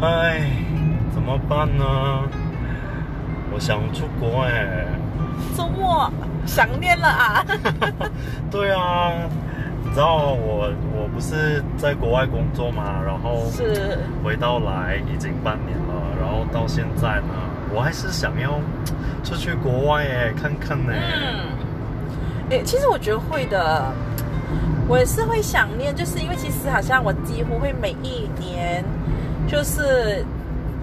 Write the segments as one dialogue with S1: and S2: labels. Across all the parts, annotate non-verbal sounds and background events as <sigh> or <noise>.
S1: 唉，哎怎么办呢？我想出国哎、
S2: 周末想念了啊！
S1: 对啊，你知道我我不是在国外工作嘛，然后
S2: 是，
S1: 回到来已经半年了，然后到现在呢，我还是想要出去国外哎、看看呢、
S2: 嗯， <laughs> 诶，其实我觉得会的，我也是会想念，就是因为其实好像我几乎会每一年，就是，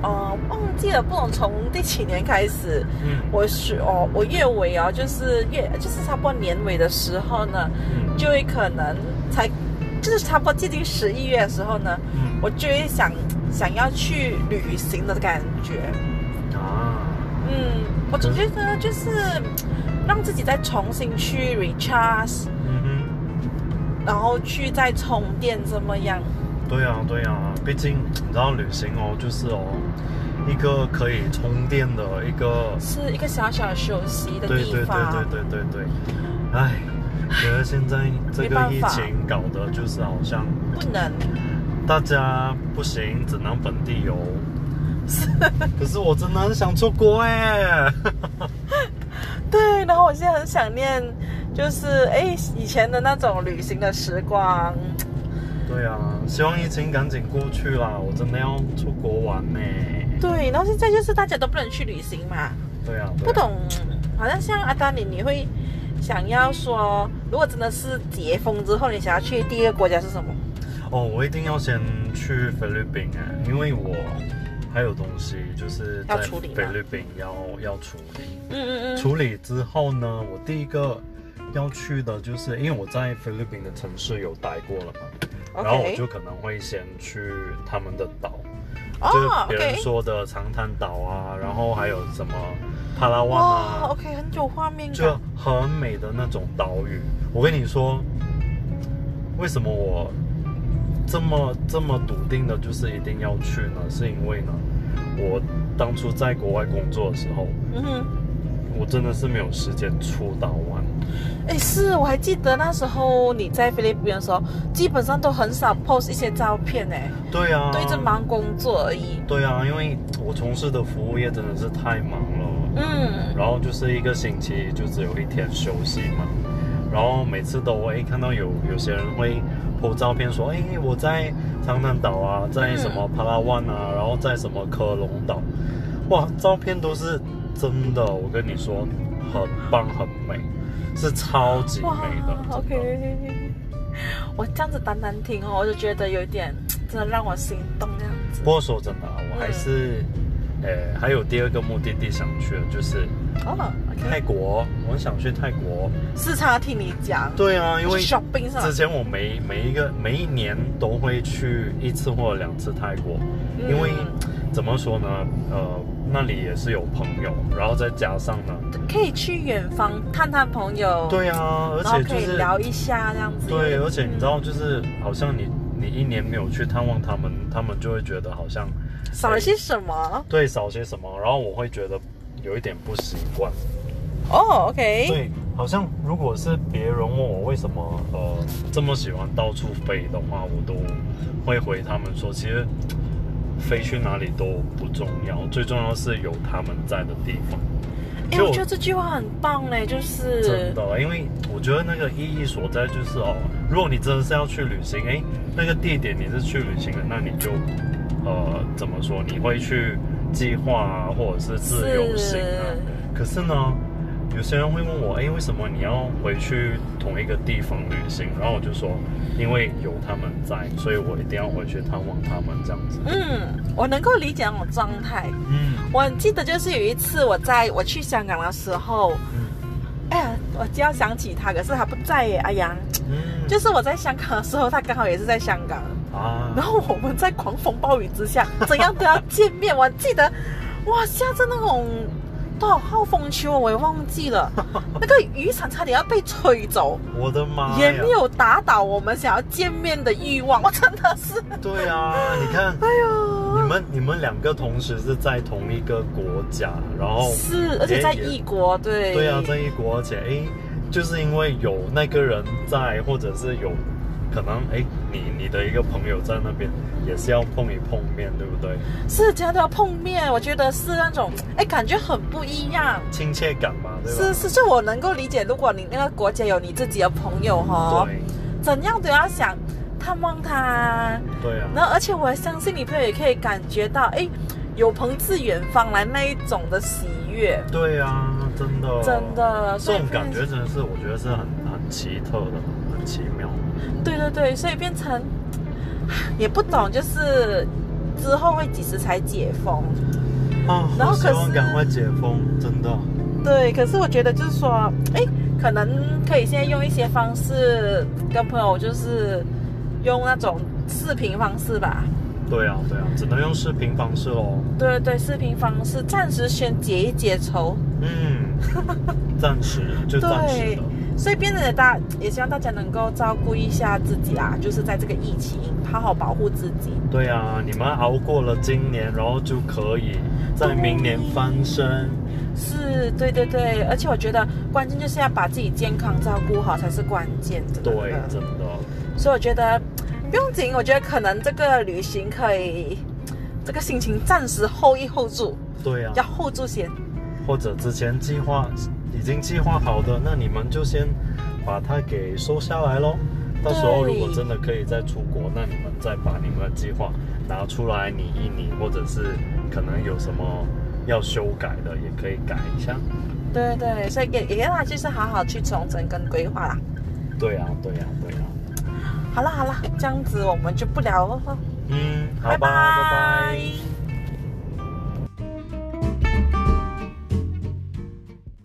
S2: 呃，忘记了，不懂从第几年开始，
S1: 嗯
S2: 我是哦，我月尾哦，就是月，就是差不多年尾的时候呢，
S1: 嗯
S2: 就会可能才，就是差不多接近十一月的时候呢，
S1: 嗯
S2: 我就会想想要去旅行的感觉。
S1: 啊，
S2: 嗯，我总觉得就是让自己再重新去 recharge，
S1: 嗯
S2: 然后去再充电，这么样。
S1: 哼，对啊对啊，毕竟你知道旅行哦，就是哦，一个可以充电的一个
S2: 是一个小小的休息的
S1: 对
S2: 地
S1: 对对
S2: 方，
S1: 对对对对，唉，觉得现在这
S2: <laughs> 没
S1: 个
S2: 办
S1: 疫
S2: 法
S1: 情搞的就是好像
S2: 不能
S1: 大家不行，只能本地
S2: <laughs>
S1: 游。可是我真的很想出国哎、 <laughs>
S2: 对。然后我现在很想念，就是哎以前的那种旅行的时光。
S1: 对啊，希望疫情赶紧过去啦！我真的要出国玩呢、
S2: 对，然后现在就是大家都不能去旅行嘛，
S1: 对啊，对啊
S2: 不。懂，好像像阿丹你，你会想要说，如果真的是解封之后，你想要去第一个国家是什么？
S1: 哦，我一定要先去菲律宾哎、因为我还有东西就是在
S2: 要处理吗
S1: 菲律宾要要处理。
S2: 嗯嗯嗯，
S1: 处理之后呢，我第一个要去的就是，因为我在菲律宾的城市有待过了嘛
S2: OK
S1: 然后我就可能会先去他们的岛就是
S2: 哦
S1: 别
S2: ，OK
S1: 人。说的长滩岛啊，然后还有什么帕拉湾
S2: 哇
S1: 啊，
S2: 哦，OK，很有画面
S1: 就
S2: 感。
S1: 很美的那种岛屿。我跟你说，为什么我这么这么笃定的，就是一定要去呢？是因为呢，我当初在国外工作的时候，
S2: 嗯哼，
S1: 我真的是没有时间出岛玩。
S2: 哎，是我还记得那时候你在菲律宾的时候，基本上都很少 post 一些照片哎，
S1: 对啊，
S2: 都一直。忙工作而已。
S1: 对啊，因为我从事的服务业真的是太忙了，
S2: 嗯，
S1: 然后就是一个星期就只有一天休息嘛，然后每次都会看到有有些人会 po 照片说，哎，我在长滩岛啊，在什么帕拉湾啊，
S2: 嗯
S1: 然后在什么科隆岛，哇，照片都是真的，我跟你说，很棒很美，是超级
S2: 哇
S1: 美的。真的
S2: ，OK。我这样子单单听哦，我就觉得有点真的让我心动这样子
S1: 不。过说真的啊，我还是，
S2: 嗯
S1: 呃，还有第二个目的地想去的，就是
S2: 哦
S1: 泰
S2: ，OK，
S1: 国，我很想去泰国。
S2: 是他听你讲。
S1: 对啊，因为
S2: 去 shopping 是吧
S1: 之前我每每一个每一年都会去一次或者两次泰国，
S2: 嗯
S1: 因为怎么说呢，呃，那里也是有朋友，然后再加上呢，
S2: 可以去远方探探朋友，，
S1: 对啊，而
S2: 然后
S1: 且
S2: 可
S1: 就
S2: 以
S1: 是
S2: 聊一下这样子。
S1: 对，而且你知
S2: 嗯
S1: 道，就是好像你你一年没有去探望他们，他们就会觉得好像
S2: 嗯少了些什么？
S1: 对少些什么，然后我会觉得有一点不习惯。
S2: 哦，OK，
S1: 对，好像如果是别人问我为什么呃这么喜欢到处飞的话，我都会回他们说，其实飞去哪里都不重要，最重要是有他们在的地方。
S2: 哎、
S1: 就
S2: 我觉得这句话很棒嘞，就是
S1: 真的，因为我觉得那个意义所在就是哦，如果你真的是要去旅行，哎，那个地点你是去旅行的，那你就呃怎么说，你会去计划啊，或者是自由行啊。可是呢，有些人会问我，哎，为什么你要回去同一个地方旅行？然后我就说，因为有他们在，所以我一定要回去探望他们这样子。
S2: 嗯，我能够理解那种状态。
S1: 嗯
S2: 我很记得就是有一次我在我去香港的时候，
S1: 嗯
S2: 哎呀，我就要想起他，可是他不在耶。哎呀，
S1: 嗯，
S2: 就是我在香港的时候，他刚好也是在香港，
S1: 啊，
S2: 然后我们在狂风暴雨之下，怎样都要见面。我记得，哇，下着那种多少号风球我也忘记了，那个雨伞差点要被吹走。
S1: 我的妈
S2: 也
S1: 呀！
S2: 没有打倒我们想要见面的欲望，我真的是，
S1: 对啊，你看。
S2: 哎呦，
S1: 你们你们两个同时是在同一个国家，然后
S2: 是，而且在异国，对，
S1: 啊对啊，在一国，而且诶，就是因为有那个人在，或者是有可能哎，你你的一个朋友在那边也是要碰一碰面，对不对？
S2: 是家都要碰面，我觉得是那种哎，感觉很不一样。
S1: 亲切感嘛，对啊
S2: 是
S1: 吧？
S2: 是，就我能够理解，如果你那个国家有你自己的朋友哈、
S1: 对
S2: 怎样都要想探望他。
S1: 对啊，
S2: 然后，而且我相信你朋友也可以感觉到，哎，有朋自远方来那一种的喜悦，
S1: 对啊，真的
S2: 真的所
S1: 这
S2: 以
S1: 种感
S2: 变
S1: 觉真的是我觉得是很很奇特的，很奇妙。
S2: 对对对，所以变成也不懂，就是之后会几时才解封？
S1: 啊，
S2: 然
S1: 好
S2: 后
S1: 希
S2: 可
S1: 望
S2: 是
S1: 赶快解封，真的。
S2: 对，可是我觉得就是说，哎，可能可以现在用一些方式跟朋友，就是用那种视频方式吧。
S1: 对啊，对啊，只能用视频方式喽。
S2: 对对，视频方式暂时先解一解愁，
S1: 嗯，暂时就暂时
S2: 对
S1: 的，，
S2: 所以变得大也希望大家能够照顾一下自己啊，就是在这个疫情，好好保护自己。
S1: 对啊，你们熬过了今年，然后就可以在明年翻身。
S2: 是，对对对，而且我觉得关键就是要把自己健康照顾好才是关键，真的。
S1: 对，真
S2: 真的
S1: 的，
S2: 所以我觉得不用紧，我觉得可能这个旅行可以，这个心情暂时 hold 一 hold 住，
S1: 对啊
S2: 要。hold 住先。
S1: 或者之前计划已经计划好的，那你们就先把它给收下来喽。到时候如
S2: 对
S1: 果真的可以再出国，那你们再把你们的计划拿出来拟一拟，或者是可能有什么要修改的，也可以改一下。
S2: 对对，所以也也让他就是好好去重整跟规划啦。
S1: 对啊，对啊，对啊。
S2: 好了好了，这样子我们就不聊了，
S1: 嗯，好吧，
S2: 拜
S1: 拜拜
S2: 拜